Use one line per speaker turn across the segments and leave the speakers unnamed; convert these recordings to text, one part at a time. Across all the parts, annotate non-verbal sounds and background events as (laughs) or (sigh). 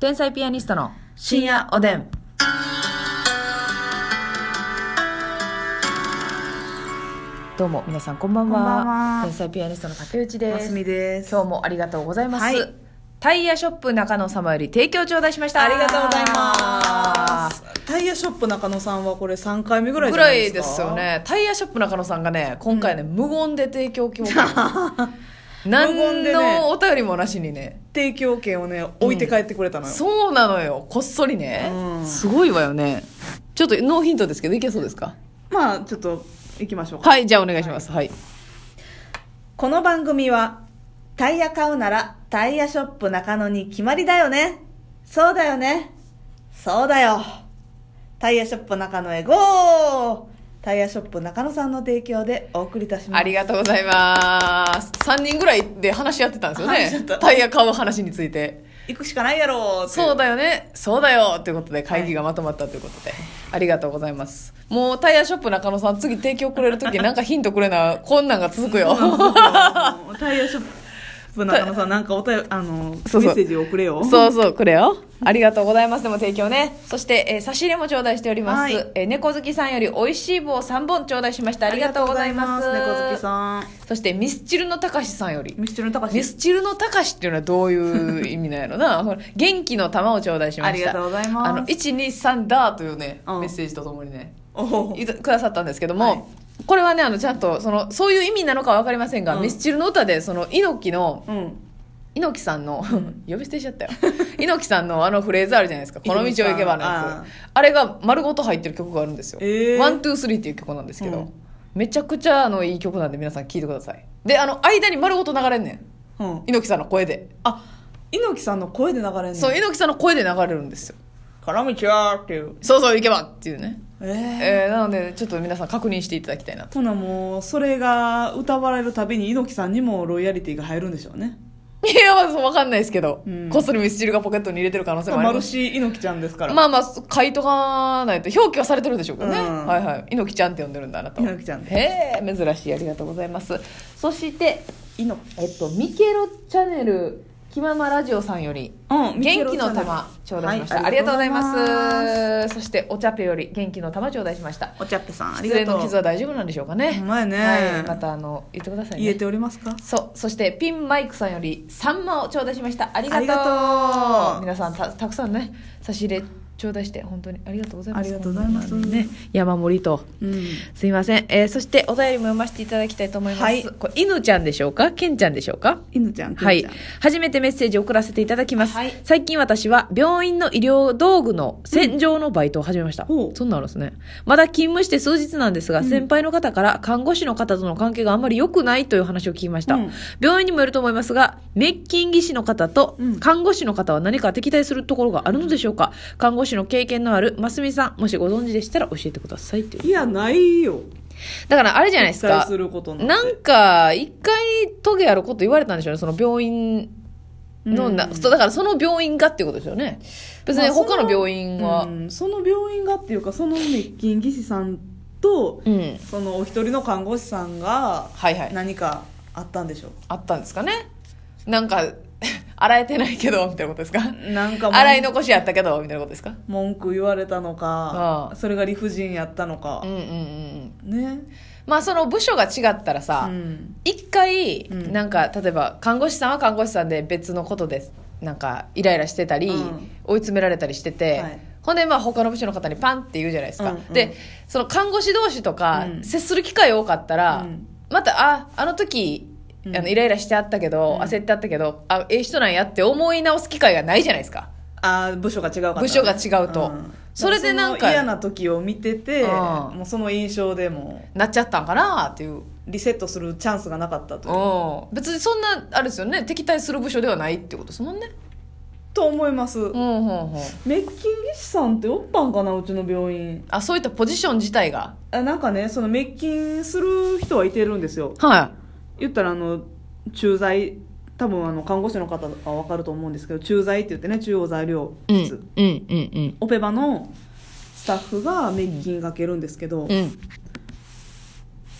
天才ピアニストの
深夜おでん。
どうも皆さんこんばんは
こんばんは
天才ピアニストの竹内です
です
今日もありがとうございます、
はい
タイヤショップ中野様より提供頂戴しました
ありがとうございます。タイヤショップ中野さんはこれ3回目ぐらいじ
ぐ
ゃな
ら
いで
い
すか
ですよ。ねタイヤショップ中野さんがね今回ね、無言で提供希望
(laughs)
何
無言でね
のお便りもなしにね
提供券をね、置いて帰ってくれたのよ。
そうなのよこっそりね、
うん
すごいわよねちょっとノーヒントですけどいけそうですか
まあ、ちょっと、行きましょうか。
はいじゃあお願いしますはい
この番組は、タイヤ買うなら、タイヤショップ中野に決まりだよね。そうだよね。そうだよ。タイヤショップ中野へゴータイヤショップ中野さんの提供でお送りいたします。
ありがとうございます3人ぐらいで話し合ってたんですよ
話し合っ
ね
た
タイヤ買う話について
行くしかないやろってい
そうだよねそうだよということで会議がまとまったということで、ありがとうございますもうタイヤショップ中野さん次提供くれる時なんかヒントくれなこんなんが続く
(laughs)
よ
タイヤショップ中野さんなんかおたよあの
そうそう
メッセージをくれよ
そうそうくれよありがとうございますでも提供ねそして、えー差し入れも頂戴しております、
はい
えー猫好きさんより美味しい棒3本頂戴しましたありがとうございます
猫好きさん
そしてミスチルのたかしさんより
ミスチルの高
ミスチルのたかしっていうのはどういう意味なんやろ
(laughs)
なほら元気の玉を頂戴しました
ありがとうございます
あの123だーというね、
うん
メッセージとともにね
お
いたくださったんですけども、
はい
これはねあのちゃんとそのそういう意味なのかは分かりませんが、
うん
ミスチルの歌でその猪木の
うん
猪木さんの呼び捨てしちゃったよ猪木さんのあのフレーズあるじゃない
(laughs)
ですか「この道を行けば」の
あ
や
ー
つあれが丸ごと入ってる曲があるんですよ「
えー
ワントゥースリーっていう曲なんですけど、
うん
めちゃくちゃあのいい曲なんで皆さん聴いてくださいであの間に丸ごと流れんねん
うん
猪木さんの声で、
あ猪木さんの声で流れるの
そう猪木さんの声で流れるんですよ
「からみちゃ」っていう
「そうそう行けば」っていうね、
ええ
えーなのでちょっと皆さん確認していただきたいなと
ほなもうそれが歌われるたびに猪木さんにもロイヤリティが入るんでしょうね
いやまあ分かんないですけど、
うん
こっそりミスチルがポケットに入れてる可能性もあ
マ
りま
ル
す
シー猪木ちゃんですから、
まあまあ書いとかないと表記はされてるでしょうけどね、
うん
はいはい猪木ちゃんって呼んでるんだあなたは
猪木ちゃんで
へえ珍しいありがとうございますそして
猪木
えっとミケロチャンネル気ままラジオさんより
うん
元気の玉頂戴しました、
はい
ありがとうございます
ありがとうござ
そしてお茶ペより元気の玉頂戴しました
お茶っぺさんあり
失
が
礼の
と
傷
う
は大丈夫なんでしょうかね
ほんまやね
はい、またあの言ってくださいね
言えておりますか
そうそしてピンマイクさんよりサンマを頂戴しましたありがとう
ありがとう
皆さんたたくさんね差し入れ頂戴して本当にありがとうございます
ありがとうございます
本当にね、山盛りと
うん
すいません、えーそしてお便りも読ませていただきたいと思います、
はい
これ犬ちゃんでしょうかケンちゃんでしょうか
犬ちゃん、
はい
ケンちゃん。
初めてメッセージを送らせていただきます。
はい
最近私は病院の医療道具の洗浄のバイトを始めました。
うんほう
そんなのですね。まだ勤務して数日なんですが、
うん
先輩の方から看護師の方との関係があんまり良くないという話を聞きました。
うん
病院にもよると思いますが、メッキン技師の方と
うん
看護師の方は何か敵対するところがあるのでしょうか、看護師の経験のあるますみさん、もしご存知でしたら教えてくださいっていう。
いや、ないよ。
だからあれじゃないです
期
か
待。することな
な
んて
んか、一回トゲあること言われたんでしょうね、その病院のな、
うん
そうだからその病院がっていうことですよね別に
まあ
他の病院は、
そのうんその病院がっていうかその滅菌技師さんと、
うん、
そのお一人の看護師さんが
はいはい
何かあったんでしょう、
あったんですかねなんか (laughs) 洗えてないけどみたいなことですか
なんか文
洗い残しやったけどみたいなことですか
文句言われたの
あ
か
あ
それが理不尽やったの
う
か
ん、うんうんうん
ね
まあその部署が違ったら
う
さ、
ん
一回
うん
なんか例えば看護師さんは看護師さんで別のことでなんかイライラしてたり、
うん
追い詰められたりしてて、
はい
ほんでまあ他の部署の方にパンって言うじゃないですか、
うんうん
でその看護師同士とか
うん
接する機会多かったら、
うん
またああの時
うん
あのイライラしてあったけど、
うん
焦ってあったけどあええ人なんやって思い直す機会がないじゃないですか
ああ部署が違うかった
部署が違うとそれでなんか
その嫌な時を見てて
うん
もうその印象でも
なっちゃったんかなっていう、
リセットするチャンスがなかったという
うん、別にそんなあれですよね敵対する部署ではないってことですもんね
と思います、
うんうんうん
滅菌技師さんっておったんかなうちの病院
あそういったポジション自体が
あなんかねその滅菌する人はいてるんですよ
は
言ったらあの駐在多分あの看護師の方は分かると思うんですけど駐在って言ってね中央材料
い、うん、
室、
うんうん
オペ場のスタッフが滅菌かけるんですけど、
うんうん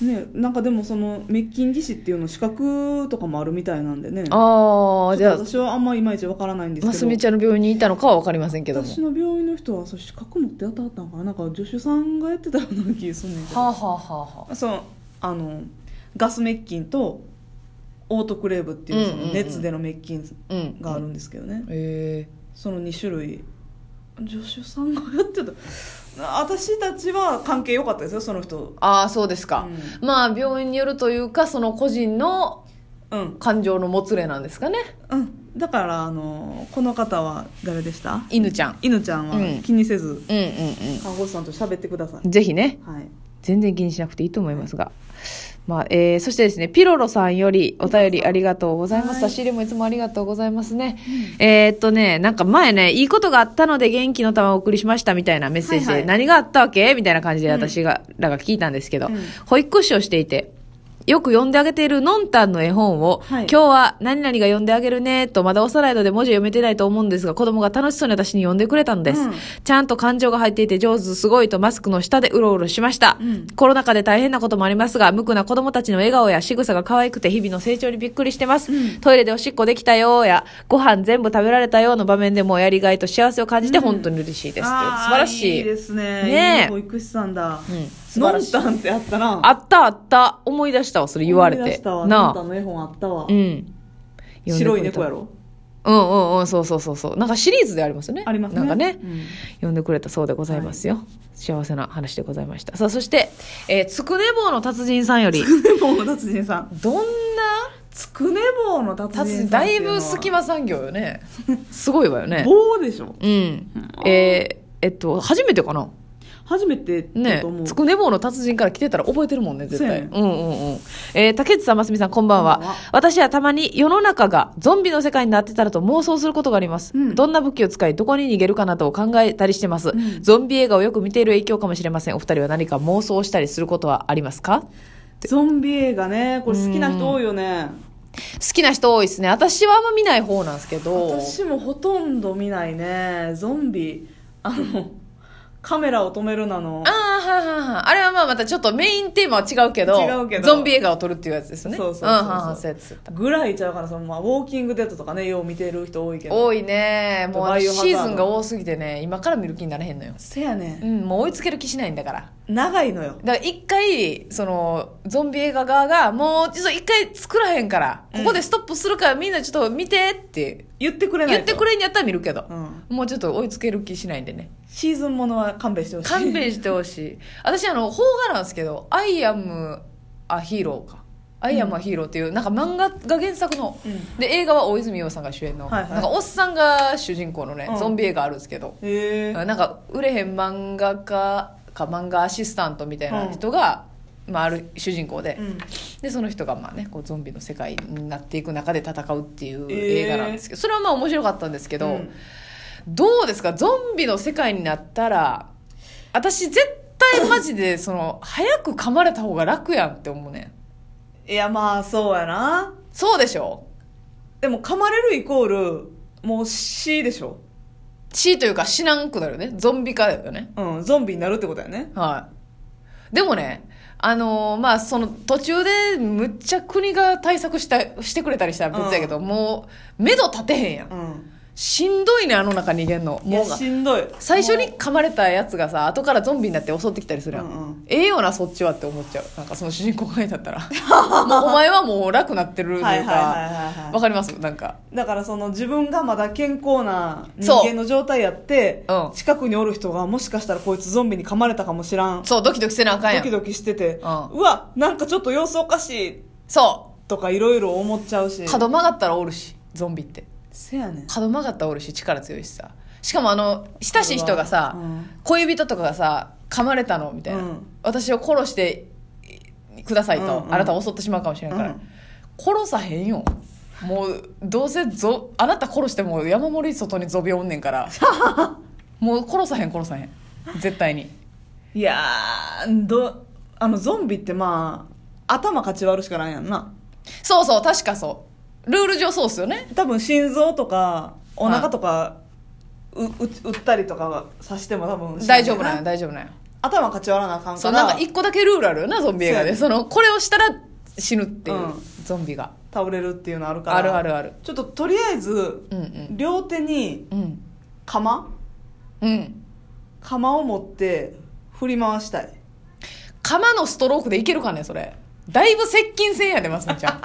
ねなんかでもその滅菌技師っていうの資格とかもあるみたいなんでね
ああじゃ
ちょ
あ
っと私はあんまいまいちわからないんですけど
ますみちゃんの病院にいたのかは分かりませんけども
私の病院の人はそう資格持ってやったったんかななんか助手さんがやってたような気がすんねんけど
はあはあはあはあ
そうあのガス滅菌とオートクレーブっていうそ
うんうんう
の
ん
熱での滅菌
うん
があるんですけどね、
え
その2種類助手さんがやってた私たちは関係良かったですよその人
ー、ああそうですか、
う
まあ病院によるというかその個人の
うん
感情のもつれなんですかね
うんだからあのこの方は誰でした
犬ちゃん
犬ちゃ
う
ん
ん
は気にせず、
うんうん
看護師さんと喋ってください
うんぜひね
はい
全然気にしなくていいと思いますが、まあえー、そしてですねピロロさんよりお便りありがとうございま
は
す
い
差し入れもいつもありがとうございますね、えーっとねなんか前ねいいことがあったので元気の玉をお送りしましたみたいなメッセージで、
はいはい
何があったわけみたいな感じで
うん
私が、らが聞いたんですけど、
うん
保育士をしていてよく読んであげているのんたんの絵本を、
はい
今日は何々が読んであげるねとまだ幼いので文字読めてないと思うんですが子供が楽しそうに私に読んでくれたのです、
うん
ちゃんと感情が入っていて上手すごいとマスクの下でうろうろしました、
うん
コロナ禍で大変なこともありますが無垢な子供たちの笑顔や仕草が可愛くて日々の成長にびっくりしてます、
うん
トイレでおしっこできたよやご飯全部食べられたよの場面でもやりがいと幸せを感じて
うん
本当に嬉しいです、という
あー
素晴らしい
いいですね
ねえ
いい保育士さんだ、
うん素
ノ
晴ら
ン
しい
タンってあったな
あったあった思い出したわそれ言われ
思い出
て
したわ
な
ノ
あ
ンタンの絵本あったわ、
うん。
白い猫や
ろ。
ろ
うんうんうん、そうそうそうそう。なんかシリーズでありますよね。
ありますね
なんかね
う、ん
呼んでくれたそうでございますよ。幸せな話でございました。さあ、そして、えーつくね棒の達人さんより、
つくね棒の達人さん (laughs)
どんな
つくね棒の達人さん
達人、だいぶ隙間産業よね。すごいわよね。
棒でしょ
うん。えーえっと、初めてかな
初めてだ
ね
と思う、
つくね棒の達人から来てたら覚えてるもんね、絶対。うんうんうん。えー竹内さん、ますみさん、こんばんは。
こんばんは
私はたまに世の中がゾンビの世界になってたらと妄想することがあります。
うん
どんな武器を使い、どこに逃げるかなどを考えたりしてます、
ん
ゾンビ映画をよく見ている影響かもしれません。お二人は何か妄想したりすることはありますか
ゾンビ映画ねこれ好きな人多いよね
好きな人多いですね。私はあんま見ない方なんですけど。
私もほとんど見ないねゾンビあのカメラを止めるなの
ああ、はいはいはい。あれはまあまたちょっとメインテーマは違うけど、
違うけど
ゾンビ映画を撮るっていうやつですね。
そうそうそうそう
あーはいはいそうやつやった
ぐらいちゃうかなその、まあ、ウォーキングデッドとかねよう見てる人多いけど
多いねもう
バイオハザード
シーズンが多すぎてね今から見る気になれへんのよ
せやね
うんもう追いつける気しないんだから
長いのよ
だから一回そのゾンビ映画側がもうちょっと一回作らへんから
うん
ここでストップするからみんなちょっと見てって
言ってくれない
言っ
と
てくれんやったら見るけど
う、ん、
もうちょっと追いつける気しないんでね
シーズンものは勘弁してほしい
勘弁してほしい私あの邦画なんですけど「アイアム・ア・ヒーロー」か「アイアム・ア・ヒーロー」っていうなんか漫画が原作の、
うん
で映画は大泉洋さんが主演の、
はいはい
なんかおっさんが主人公のね、
うん
ゾンビ映画あるんですけど
へえ
なんか売れへん漫画家か漫画アシスタントみたいな人が、まあ、ある主人公で,、
うん
でその人がまあ、ね、こうゾンビの世界になっていく中で戦うっていう
えー
映画なんですけど、それはまあ面白かったんですけど、
うん
どうですかゾンビの世界になったら私絶対マジでその早く噛まれた方が楽やんって思うねん
いやまあそうやな
そうでしょ
でも噛まれるイコールもう死でしょ
死というか死なんくなるよねゾンビ化だよね
うんゾンビになるってことやね
はい。でもね、あのーまあ、その途中でむっちゃ国が対策した、してくれたりしたら別やけど、もう、目処立てへんやん
う。ん
しんどいね、あの中逃げんの。
いや
もうが。
しんどい
最初に噛まれたやつがさ、後からゾンビになって襲ってきたりするやん。
うんうん
ええよな、そっちはって思っちゃう。なんかその主人公がいたった
(laughs)
ら。もうお前はもう楽なってるというか、
は
わ、
いはいはいはいはい
かりますなんか。
だからその自分がまだ健康な人
そう
間の状態やって、
うん
近くにおる人がもしかしたらこいつゾンビに噛まれたかもしらん
そう、ドキドキせなあかんや
ド
ん。
キドキしてて、
ん
うわなんかちょっと様子おかしい
そ
とかいろいろ思っちゃうし
う。角曲がったらおるし、ゾンビって。
せやねん
角曲がったらおるし力強いしさしかもあの親しい人がさ、
うん
恋人とかがさ噛まれたのみたいな、
うん
私を殺してくださいと、
うんうん
あなたを襲ってしまうかもしれないから、
うん
殺さへんよもうどうせゾあなた殺しても山盛り外にゾビおんねんから
(laughs)
もう殺さへん殺さへん絶対に
いやーどあのゾンビってまあ頭かち割るしかないやんな
そうそう確かそうルール上そうっすよね
多分心臓とかお腹とか、うう打ったりとかはさしても多分
大丈夫なんよ
だ
大丈夫なんよ
頭かち割らなあかん
そ
か
うなんから一個だけルールあるよなゾンビ映画で
そ
そのこれをしたら死ぬっていう、
うん
ゾンビが
倒れるっていうのあるから
あるあるある
ちょっととりあえず
うんうん
両手に
うん
釜
うん
釜を持って振り回したい
釜のストロークでいけるかねそれだいぶ接近戦やでますみ (laughs) ちゃん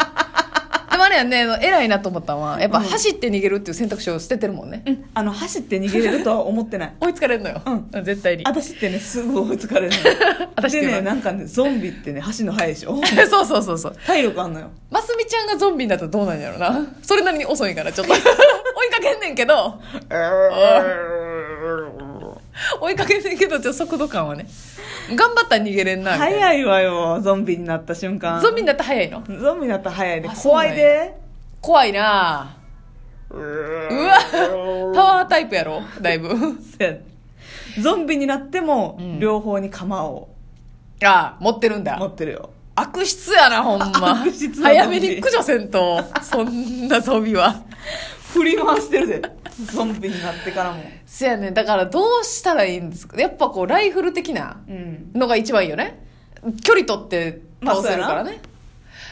でもあれやねあの偉いなと思ったのはやっぱ
うん
走って逃げるっていう選択肢を捨ててるもんね、
うんあの走って逃げれるとは思って
(laughs)
ない
追いつかれるのよ、
う
絶対に
私ってねすぐ追いつかれるの
(laughs) 私って
で
いうのは
ねなんかねゾンビってね走るの速いで
(laughs)
しょ
(laughs) そうそうそうそう
体力あんのよ
ますみちゃんがゾンビになったらどうなんやろうなそれなりに遅いから (laughs) ちょっと追いかけんねんけ (laughs) ど追いかけんねんけどちょっと速度感はね頑張ったら逃げれんなみたいな
早いわよゾンビになった瞬間
ゾンビになったら早いの
ゾンビになったら早いで
あそうな
怖
んや
いで
怖いな
う
うわタワータイプやろだいぶ
ゾンビになっても、
うん
両方に釜を
ああ持ってるんだ
持ってるよ
悪質やなほんま
(laughs) 悪質なゾンビ
早めに駆除せん
(laughs)
とそんなゾンビは
振り回してるでゾンビになってからも
そやねだからどうしたらいいんですかやっぱこうライフル的な
うん
のが一番いいよね距離取って倒せるからね、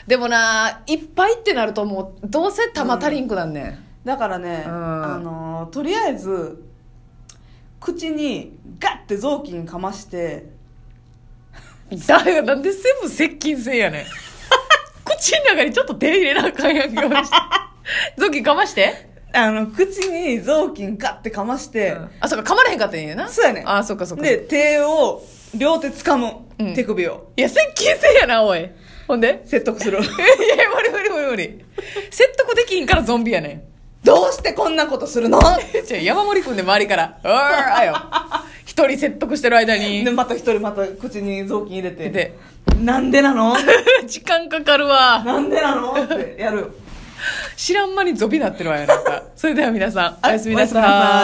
でもないっぱいってなるともうどうせ玉足りんくなんねん、
だからね、
うん
あのーとりあえず口にガッて臓器にかまして
だからなんで全部接近性やねん
(laughs)
口の中にちょっと手入れなあかんやんけ俺
(laughs)
ゾッキーかまして、
あの口に雑巾ガッてかまして、
あそうかかまれへんかったんやな
そうやねん
あそうかそうか
で手を両手掴む、
うん
手首を
いや接近性やなおいほんで (laughs)
説得する
いやいや無理無理無理無理説得できんからゾンビやねん
(laughs)
(laughs)
どうしてこんなことするの
じゃ山盛り君で周りから「おーあよ」一人説得してる間に
でまた一人また口に雑巾入れて
で
なんでなの
(laughs)
(laughs)
時間かかるわ
なんでなのってやるよ
知らん間にゾビなってるわよなんかそれでは皆さんおやすみなさ
おやすみなさい
い